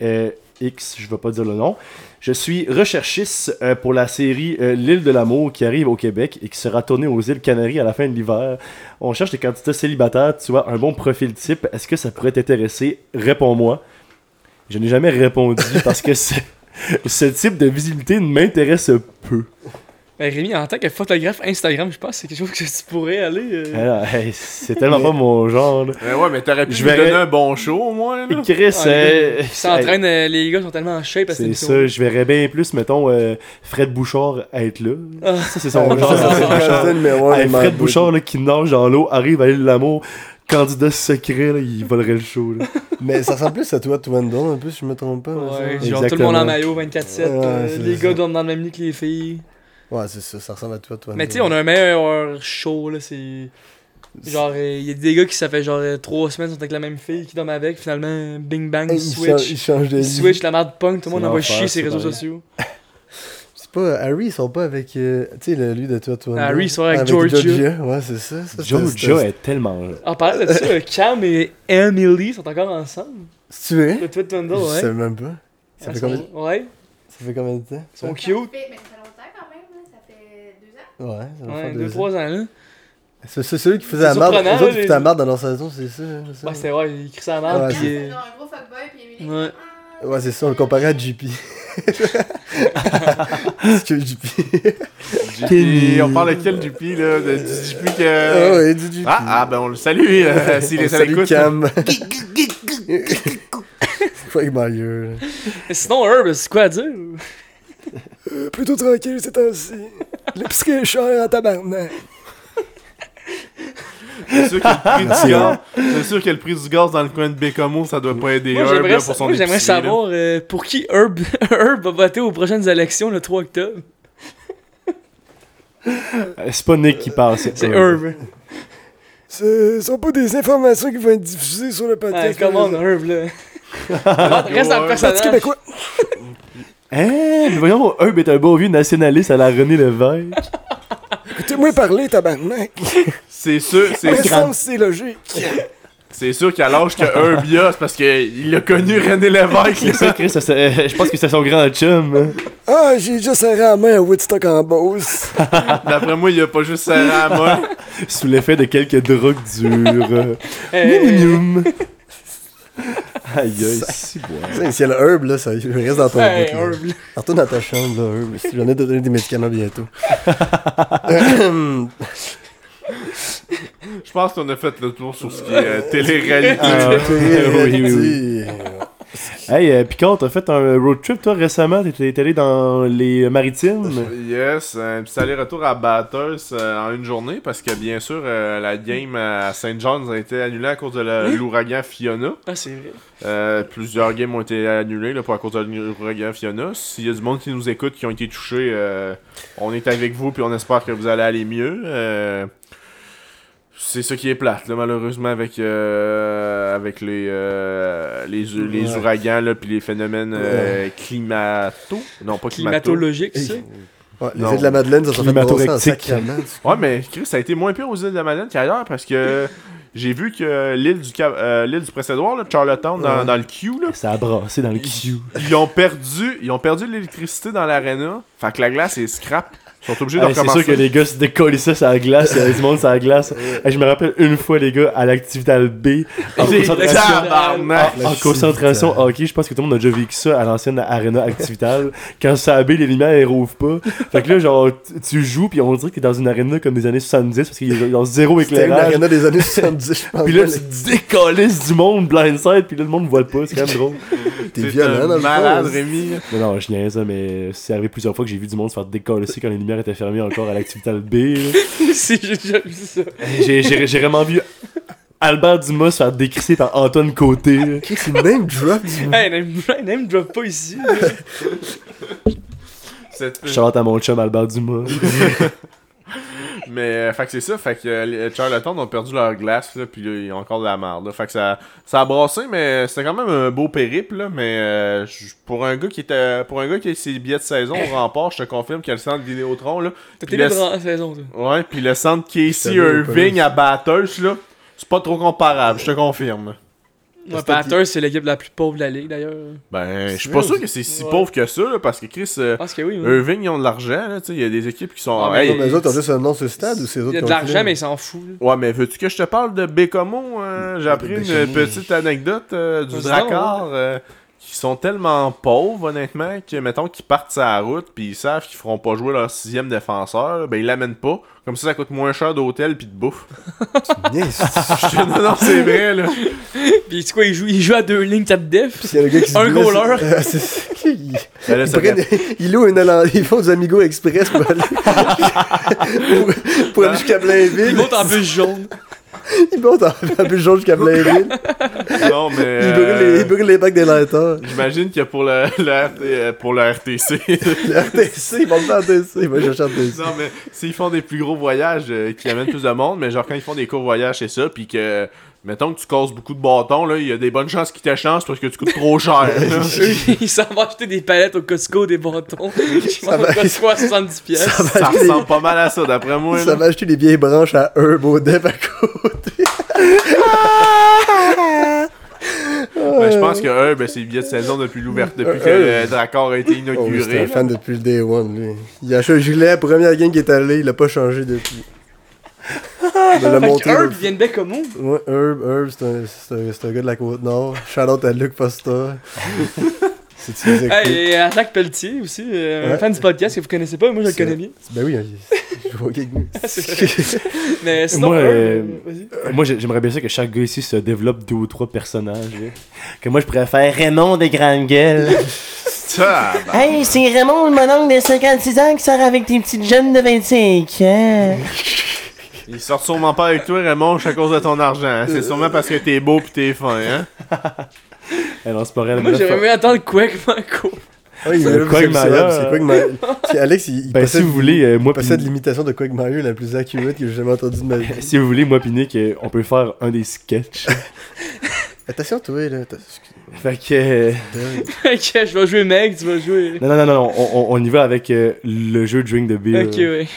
B: est X, je ne vais pas dire le nom. Je suis recherchiste euh, pour la série euh, L'île de l'amour qui arrive au Québec et qui sera tournée aux îles Canaries à la fin de l'hiver. On cherche des candidats célibataires, tu vois, un bon profil type. Est-ce que ça pourrait t'intéresser Réponds-moi. Je n'ai jamais répondu parce que c'est- ce [LAUGHS] type de visibilité ne m'intéresse peu.
C: Ben Rémi, en tant que photographe Instagram, je pense que c'est quelque chose que tu pourrais aller. euh,
B: Alors, hey, c'est tellement pas mon genre. Là.
D: Mais ouais, mais t'aurais pu
B: Je
D: me
B: verrais-
D: donner un bon show au moins. Là.
B: Chris,
C: Ah, les
B: euh,
C: gars, Ils s'entraînent, euh, les gars sont tellement en shape à cette
B: C'est
C: émission.
B: ça, je verrais bien plus, mettons, euh, Fred Bouchard être là.
C: Ah.
B: Ça, c'est
C: [LAUGHS]
A: Ouais,
B: son genre.
A: ça, c'est le candidat numéro un,
B: Hey,
A: les
B: Fred
A: Mad
B: Bouchard là, qui nage dans l'eau, arrive à l'île de l'amour, candidat secret, là, il volerait le show. là.
A: Mais ça ressemble plus à toi, Twendon, un peu, si je me trompe pas. mais ça.
C: Ouais,
A: Ouais,
C: genre tout le monde
B: Exactement.
C: en maillot 24-7.
A: Ouais,
C: euh,
A: c'est
C: les
A: ça.
C: gars dorment dans le même lit que les filles.
A: c'est ça, ça ressemble à toi, Twendon.
C: Mais tu sais, on a un meilleur show là, c'est. Genre, il y a des gars qui, ça fait genre 3 semaines, sont avec la même fille, qui dorment avec, finalement, bing bang,
A: Hey, il change-
C: switch.
A: il change de
C: Ils
A: lit.
C: switch, la merde punk, tout le monde
B: C'est
C: envoie
B: l'enfer,
C: chier ses
B: c'est
C: réseaux
B: pareil.
C: sociaux.
A: C'est pas Harry, ils sont pas avec. euh, tu sais, le- lui de toi, Twendon.
C: Harry, ils sont avec Georgia.
A: Ouais, c'est ça. ça, c'était-
B: Georgia
A: c'était-
B: est tellement.
C: En parlant de
A: [LAUGHS]
C: ça, euh, Cam et Emily sont encore ensemble.
A: C'est-tu vrai?
C: Le Twit Thunder,
A: Je
C: ouais.
A: sais même pas. Ça
C: Elles
A: fait
C: sont-
A: combien-
C: Ouais,
A: ça fait combien de temps?
C: Ah, ils sont
E: Ça
C: cute.
E: fait, mais ça fait longtemps quand même, là. ça fait deux ans.
A: Ouais, ça va
C: Ouais,
A: faire
C: 2-3
A: deux
C: ans là.
A: C'est c'est celui qui faisait la
C: C'est
A: merde.
C: surprenant,
A: Les autres
C: là,
A: qui faisaient
C: les-
A: la merde dans leur saison, c'est ça. c'est ça.
C: Ouais, c'est vrai, il crie sa merde,
A: Ouais,
C: pis
A: c'est-
E: C'est
C: euh,
E: genre un gros fuckboy, puis Emily.
C: Ouais.
E: Ah,
A: Ouais, c'est ça, on le comparait à JP.
C: [LAUGHS]
A: Parce que JP.
D: Et on parle de quel Dupi, là? De, du Dupi
C: Euh,
A: Ah
D: que...
A: ouais, du JP.
D: Ah, ah, ben on le salue, [LAUGHS]
C: ah,
D: euh, s'il
A: On
D: est à
A: salue
D: l'écoute.
C: hein.
A: Cam. Fuck my ear.
C: Mais Sinon, Herb, c'est quoi à dire?
A: Plutôt tranquille ces temps-ci.
B: [LAUGHS]
A: L'épicerie est chère en tabarnak.
D: C'est sûr que le prix
A: Merci,
D: du gaz, c'est sûr que le prix du gaz dans le coin de Bécamo, ça doit pas aider
C: Moi,
D: Herb
C: j'aimerais
D: là,
C: sa-
D: pour son
C: moi, j'aimerais
D: épicerie, là.
C: savoir euh, pour qui Herb, [LAUGHS] Herb va voter aux prochaines élections le 3 octobre.
B: Euh, C'est pas Nick qui parle, c'est
C: C'est
B: eux.
C: Herb.
A: Ce sont pas des informations qui vont être diffusées sur le
C: Ah, commande, Herb, là.
D: [LAUGHS]
C: Reste dans le
D: Ouais.
C: personnage.
B: Hein, mais voyons, Hub est un beau vieux nationaliste à la René Lévesque.
C: [LAUGHS]
A: Écoutez-moi parler, tabarnak.
D: C'est sûr, c'est sûr,
A: c'est logique.
D: c'est sûr qu'à l'âge que Herb y a, c'est parce qu'il a connu René Lévesque.
B: C'est ça,
D: là.
B: Chris, ça, c'est- euh, je pense que c'est son grand chum. hein.
A: Ah, j'ai déjà serré la main à Woodstock en [LAUGHS] Beauce.
D: D'après moi, il a pas juste serré à la main.
B: Sous l'effet de quelques drogues dures.
C: Euh,
B: Minimium. Aïe, aïe, si bon.
A: Si elle a herb, là, ça il reste dans ton
C: Hey,
A: bout, là.
C: Herb, là.
A: Retourne dans ta chambre, là, herb. Si j'en ai donné des médicaments
B: [LAUGHS]
A: bientôt. Ahem.
D: Je pense qu'on a fait le tour sur ce qui est euh, télé-réalité.
B: Ah, oui, oui, oui.
A: Petit.
B: Hey, euh, Picard, t'as fait un road trip, toi, récemment. T'étais t'es allé dans les maritimes.
D: Yes, euh, un petit aller-retour à Bathurst euh, en une journée parce que bien sûr euh, la game à St. John's a été annulée à cause de la- l'ouragan Fiona.
C: Ah, c'est vrai.
D: Euh, plusieurs games ont été annulées là, pour à cause de l'ouragan Fiona. S'il y a du monde qui nous écoute qui ont été touchés, euh, on est avec vous puis on espère que vous allez aller mieux. Euh, c'est ça qui est plate, là, malheureusement, avec, euh, avec les, euh, les, les
A: Ouais.
D: ouragans là, puis les phénomènes euh, climato. Non, pas climato.
C: Climatologique, ça.
A: Ouais, les
D: Non.
A: îles de la Madeleine, ça s'en fait
B: Climato-rectique.
A: brosser en sacrament. [LAUGHS]
D: Ouais, mais Chris, ça a été moins pire aux îles de la Madeleine qu'ailleurs parce que J'ai vu que l'île du, Cap- euh, l'île du Prince-Édouard, là, Charlottetown, dans,
A: Ouais.
D: dans le Q, là,
B: Ça a brassé dans le
D: ils,
B: queue.
D: ils ont perdu ils ont perdu l'électricité dans l'arena. Fait que la glace est scrap. Ils sont obligés de
B: Ah, c'est sûr
D: recommencer.
B: que les gars se décollissaient sur la glace, il y avait du monde sur la glace. Ah, je me rappelle une fois, les gars, à l'activital B, en
D: J'ai-
B: concentration,
D: Tabarnak.
B: en concentration hockey, je pense que tout le monde a déjà vécu ça à l'ancienne Arena Activital. quand ça a B, les lumières, elles rouvrent pas. Fait que là, genre, tu- tu joues, puis on dirait que t'es dans une arena comme des années 70 parce qu'il y a genre zéro
A: C'était une
B: éclairage.
A: arena des années 70, je pense.
B: Puis là, tu te décollisses du monde blindside, puis là, le monde voit pas, c'est quand même drôle.
A: t'es violent dans le
D: malade,
A: fond,
D: Rémi.
B: [LAUGHS] Non, non, je niaise, là, mais c'est arrivé plusieurs fois que j'ai vu du monde se faire décollisser quand les lumières étaient fermées encore à l'activital B. [LAUGHS] là.
C: [LAUGHS] Si, j'ai déjà vu ça.
B: J'ai j'ai- j'ai vraiment vu Albert Dumas se faire décrisser par Antoine Côté. là.
A: Chris, c'est le même drop du
C: Hey, name, name drop pas ici.
D: Cette-
B: Shout-out à mon chum Albert Dumas.
D: Mais euh, fait que c'est ça, fait que euh, les Charlatans ont perdu leur glace là, puis là, ils ont encore de la merde. là. Fait que ça, ça a brassé, mais c'était quand même un beau périple là, mais euh, j- pour un gars qui était pour un gars qui a ses billets de saison au rempart, je te confirme qu'il y a le centre Vidéotron là.
C: T'as
D: Puis
C: été
D: le,
C: libre en saison, toi.
D: ouais, puis le centre Casey
A: Salut,
D: Irving
A: Paris.
D: à Batters là, c'est pas trop comparable, je te confirme.
C: Ouais, Panthers, c'est l'équipe la plus pauvre de la ligue, d'ailleurs.
D: Ben, je suis
A: C'est
D: pas
A: vrai,
D: sûr que c'est si
C: Ouais.
D: pauvre que ça là, parce que Chris euh,
C: Je pense que oui. hein.
D: Irving ils ont de l'argent là, tu sais, il y a des équipes qui sont
C: Ah, mais
D: Hey,
A: Non, mais eux autres ont juste un nom sur le stade ou c'est eux autres
C: Il y a
A: qui ont
C: de l'argent,
A: fait?
C: mais il s'en fout.
D: Ouais, mais veux-tu que je te parle de Bécomo? hein? J'ai appris une
A: Bécomo.
D: petite anecdote euh, du
C: Vas-y
D: Drakkar euh, qui sont tellement pauvres, honnêtement, que, mettons, qu'ils partent sur la route puis ils savent qu'ils feront pas jouer leur sixième défenseur, ben ils l'amènent pas. Comme ça, ça coûte moins cher d'hôtel puis de bouffe.
A: [LAUGHS] Yes.
D: Je te- non, non, c'est vrai, là.
C: Pis tu quoi, il joue, il joue à deux lignes, tap def.
A: Puis il y a le gars qui se
C: Un
A: blesse. [LAUGHS]
C: goaler.
A: Euh, c'est- c'est- il-
D: Ben là,
A: Ils,
D: ça
A: prennent- ils louent une Hollande- ils font du Amigo Express pour aller, pour, pour aller jusqu'à
C: Il
A: Blainville.
C: monte en bus jaune.
A: Ils montent en bus jaune jusqu'à Blainville.
D: fait- non, mais.
A: [LAUGHS] Ils, brûlent les,
D: euh,
A: ils brûlent les bacs des lighters.
D: J'imagine que pour le, le RT euh, pour le [LAUGHS] RTC.
A: Le RTC, ils montent pas en RTC. Moi, j'achète en RTC.
D: non, mais s'ils font des plus gros voyages euh, qui amènent plus de monde, mais genre quand ils font des courts voyages, c'est ça, puis que, mettons que tu casses beaucoup de bâtons, là, il y a des bonnes chances qu'ils t'échangent parce que tu coûtes trop cher.
A: [LAUGHS]
D: là.
C: Eux, ils s'en vont acheter des palettes au Costco, des bâtons. Ils vont
A: va-
C: au Costco à 70 pièces.
A: Ça va
D: Ça
A: acheter des-
D: ressemble pas mal à ça, d'après moi.
A: Ça
D: là.
A: va acheter des vieilles branches à Herb au Dev à côté.
D: Ben, je pense que eux, ben, c'est le billet de saison depuis l'ouverture, depuis que
A: Euh,
D: le Dracor a été
A: Oh, oui, c'est
D: inauguré.
A: un fan depuis le day one, lui. Il a acheté un gilet, première gang qui est allé, il a pas changé depuis. Il me l'a
C: Fait que
A: montré.
C: Herb vient de Bécomo.
A: Ouais, Herb, Herb, c'est un, c'est un- c'est un gars de la Côte-Nord. Shout-out à Luc
C: [LAUGHS]
A: Posta. si tu les écoutes.
C: Hey, et à Jacques Pelletier aussi, euh, un
A: Ouais.
C: fan du podcast que vous connaissez pas, moi je le
A: C'est-
C: connais bien.
A: Ben oui, il joue au gig.
C: [LAUGHS] C'est
A: [LAUGHS]
C: vrai. Mais sinon,
B: Moi,
C: Herb,
B: euh,
C: euh, vas-y.
B: Moi, j'ai- j'aimerais bien ça que chaque gars ici se développe deux ou trois personnages. là. Que moi, je préfère Raymond des grandes [LAUGHS] gueules.
D: Ça, ben,
F: Hey, c'est Raymond, le mononcle de 56 ans qui sort avec des petites jeunes de 25 ans.
D: ils sortent sûrement pas avec toi, Raymond, à cause de ton argent. hein. C'est sûrement parce que t'es beau pis t'es fin, hein.
B: Eh non, c'est pas réel.
C: Moi j'aurais aimé entendre Quack Manco.
A: Ah oui,
B: C'est
A: mais
B: le
A: là, c'est
B: Quagmire.
A: c'est Quagmire. C'est Alex, il, il
B: Ben,
A: possède,
B: si vous voulez, euh, moi,
A: il possède
B: pis-
A: l'imitation de Quagmire la plus accurate que j'ai jamais entendue de
C: [LAUGHS]
A: ma vie.
B: si vous voulez, moi, pis Nick, euh, on peut faire un des sketchs. [LAUGHS]
A: Attention, toi, là. t'as-
B: fait que. euh,
C: [LAUGHS] Ok, je vais jouer mec, tu vas jouer.
B: Non, non, non, non, on, on- on y va avec euh, le jeu Drink the Beer.
C: Ok, ouais.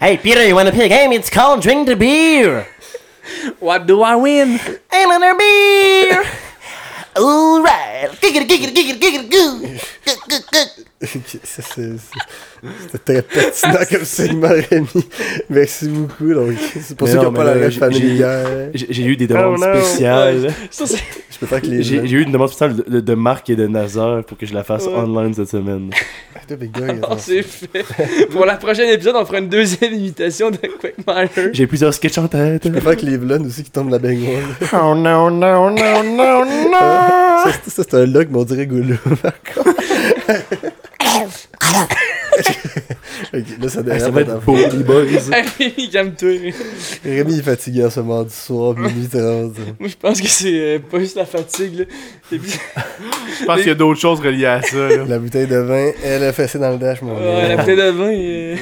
F: Hey, Peter, you wanna play a game? It's called Drink the Beer.
C: What do I win?
F: I'm on a [LAUGHS] beer. All right. Giggity, giggity, giggity, giggity, goo. Goo, goo, [LAUGHS] goo.
A: Ok, ça, c'est- c'est- C'était très pertinent
C: [LAUGHS]
A: comme segment, Rémi. Merci beaucoup. Donc, c'est pour
B: Mais
A: ceux qui
B: non,
A: n'ont pas
B: mais
A: la
B: là,
A: rêve
B: j'ai-
A: familiale.
B: J'ai j'ai eu des demandes
D: Oh, no.
B: spéciales.
C: Ça, c'est-
A: Je peux faire que les gens.
B: J'ai j'ai eu une demande spéciale de, de- de Marc et de Nazar pour que je la fasse
C: Ouais.
B: online cette semaine.
A: Ah, Toi, ben, Big Dog,
C: non,
A: attends.
C: c'est fait. Pour la prochaine épisode, on fera une deuxième imitation de Quack Manco.
B: J'ai plusieurs sketchs en
D: [LAUGHS]
B: tête.
A: Je préfère Cleveland aussi qui tombe la baignoire. là.
B: [LAUGHS] Oh non, non,
A: [LAUGHS]
B: non, non, non!
A: Ça, c'est- ça, c'est un look, mais on dirait Goulou. [LAUGHS] par contre. ok, là, ça
B: Ah, ça
A: dérape.
B: va
A: attends.
B: être beau, les boys.
C: [LAUGHS] Hey, calme-toi.
A: Rémi est fatigué en ce mardi soir, minuit 30.
C: Moi, je pense que c'est euh, pas juste la fatigue, là. C'est plus-
D: Je pense qu'il y a d'autres choses reliées à
A: [LAUGHS]
D: ça, là.
A: La bouteille de vin, elle a fessé dans le dash, mon
C: Ouais, la
A: gars.
C: bouteille de vin. euh,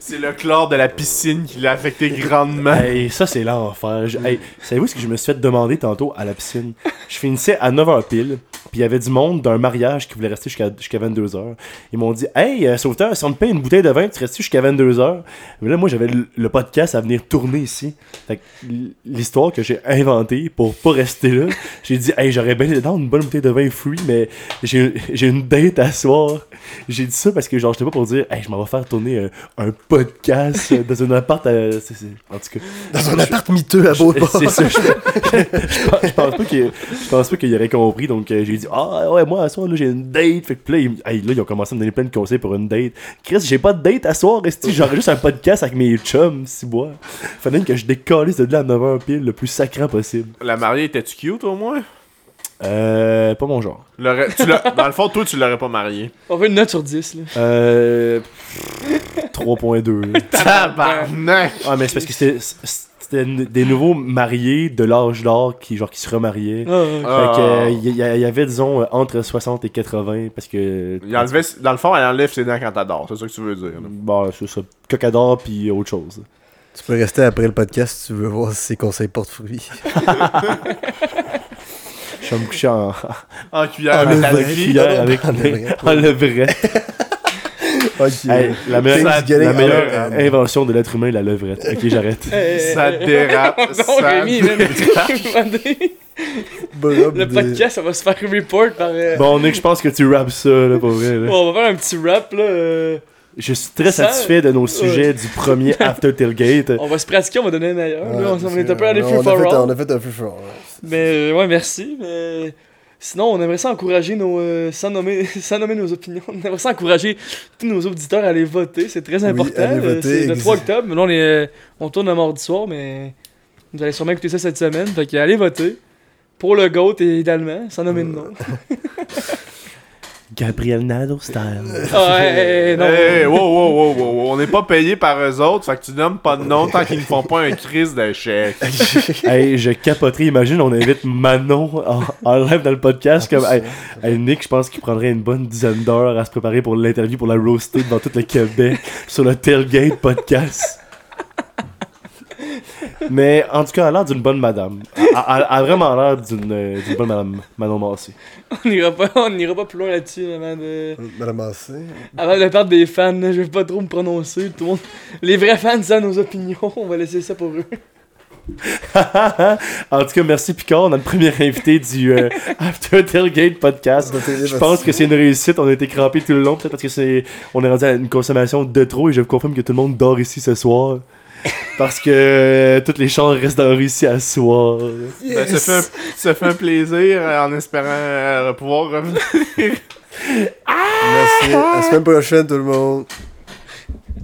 D: C'est le chlore de la piscine qui l'a affecté grandement.
B: [LAUGHS] Hey, ça c'est l'enfer. Je- Hey, savez-vous ce que je me suis fait demander tantôt à la piscine? Je finissais à 9h pile, puis Puis il y avait du monde d'un mariage qui voulait rester jusqu'à jusqu'à 22h. Ils m'ont dit Hey, euh, sauveteur, si on te paye une bouteille de vin, tu restes jusqu'à 22h. Mais là, moi, j'avais le, le podcast à venir tourner ici. Fait que l- l'histoire que j'ai inventée pour pas rester là, j'ai dit Hey, j'aurais bien dans une bonne bouteille de vin free, mais j'ai j'ai une date à soir. J'ai dit ça parce que, genre, j'étais pas pour dire Hey, je m'en vais faire tourner euh, un podcast euh, dans un appart. à- c'est- c'est- En tout cas.
A: Dans un appart miteux à Beauport.
B: [LAUGHS] C'est ça. Je, je pense- je pense pas qu'il je pense pas qu'il aurait compris. Donc euh, j'ai dit ah ouais moi à soir là j'ai une date. Fait que là ils, hey, là, ils ont commencé à me donner plein de conseils pour une date. Chris j'ai pas de date à soir. Esti j'aurais juste un podcast avec mes chums si bois. Fallait que je décalisse de là à 9h pile le plus sacrant possible.
D: La mariée était-tu cute au moins?
B: Euh pas mon genre.
D: L'aurais- tu l'as- Dans le fond, toi, tu l'aurais pas mariée.
C: On fait une note sur 10, là.
B: Euh 3.2. là.
D: Tabarnak!
B: Ah mais c'est parce que c'était c'était des nouveaux mariés de l'âge d'or qui genre qui se remariaient.
C: Ah,
D: Ah.
B: Fait que, euh, il y, il y avait, disons, euh, entre 60 et 80, parce que...
D: Il enlevait- dans le fond, elle enlève ses dents quand t'adores, c'est ça que tu veux dire. là.
B: Bon, bah, c'est ça. Cocador, puis autre chose.
A: Tu peux rester après le podcast si tu veux voir si ses conseils portent fruit.
B: Je suis me coucher [LAUGHS] en,
D: En cuillère,
A: Ah, le
D: à
A: vrai.
D: la vie.
A: cuillère
B: cuillère avec
A: en levrette.
B: [LAUGHS] en levrette.
A: [LAUGHS]
B: euh,
A: Ok.
B: Hey, la meilleure,
A: Things getting
B: la meilleure euh,
A: out of hand.
B: invention de l'être humain, la levrette. [LAUGHS] Ok, j'arrête.
C: hey, hey,
D: Ça
C: hey, hey. [LAUGHS]
D: dérape.
C: Non,
D: ça
C: Rémi, même. [LAUGHS]
D: [LAUGHS] dérape.
A: Bob
C: Le
A: de-
C: podcast, ça va se faire report par. euh,
B: Bon, Nick, je pense que tu rappes ça, là, pour vrai. là.
C: On va faire un petit rap, là. euh,
B: Je suis très
C: Ça-
B: satisfait de nos sujets du
D: [LAUGHS]
B: premier After Tailgate.
C: On va se pratiquer, on va donner le meilleur.
A: Ouais,
C: là, on s'en
A: Ah, parce
C: est
A: que
C: un peu allé
A: on
C: free
A: a
C: for
A: fait-
C: all.
A: On a fait un free for all.
C: Mais euh, ouais, merci. Mais... Sinon, on aimerait ça encourager nos. euh, sans, nommer, [LAUGHS] sans nommer nos opinions, on aimerait ça encourager tous nos auditeurs à aller voter. C'est très
A: Oui,
C: important.
A: allez
C: euh,
A: voter,
C: c'est le
A: exi-
C: 3 octobre. Là, on, est, euh, on tourne le mardi soir, mais vous allez sûrement écouter ça cette semaine. Fait que allez voter. Pour le GOAT, évidemment, sans nommer de nom.
A: Mm.
B: Gabriel Nadeau style.
C: Ah,
A: [LAUGHS]
C: hey, hey, hey, non.
D: Hey, wow, wow, wow, wow, wow. On n'est pas payé par eux autres, fait que tu nommes pas de nom tant qu'ils ne font pas un crise d'échec.
B: hey, je capoterais. Imagine, on invite Manon en, en live dans le podcast. Comme, hey, Hey, Nick, je pense qu'il prendrait une bonne dizaine d'heures à se préparer pour l'interview pour la roaster devant tout le Québec [LAUGHS] sur le Tailgate Podcast. Mais en tout cas, elle a l'air d'une bonne madame. Elle elle- elle a vraiment l'air d'une euh, d'une bonne madame, Manon Massé.
C: On n'ira pas, on n'ira pas plus loin là-dessus avant de,
A: Madame Massé.
C: avant de perdre des fans. là, Je vais pas trop me prononcer. Tout le monde... Les vrais fans, ça, nos opinions. [LAUGHS] On va laisser ça pour eux.
B: [LAUGHS] en tout cas, merci Picard, notre premier invité du [LAUGHS] euh, After Tailgate Podcast. Je pense que c'est une réussite. On a été crampés tout le long, peut-être parce que c'est, on est rendu à une consommation de trop et je vous confirme que tout le monde dort ici ce soir. Parce que euh, toutes les chambres restent dorées ici à soir.
D: Ben, ça, fait un, ça fait un plaisir euh, en espérant euh, pouvoir revenir.
A: Merci. À la semaine prochaine, tout le monde.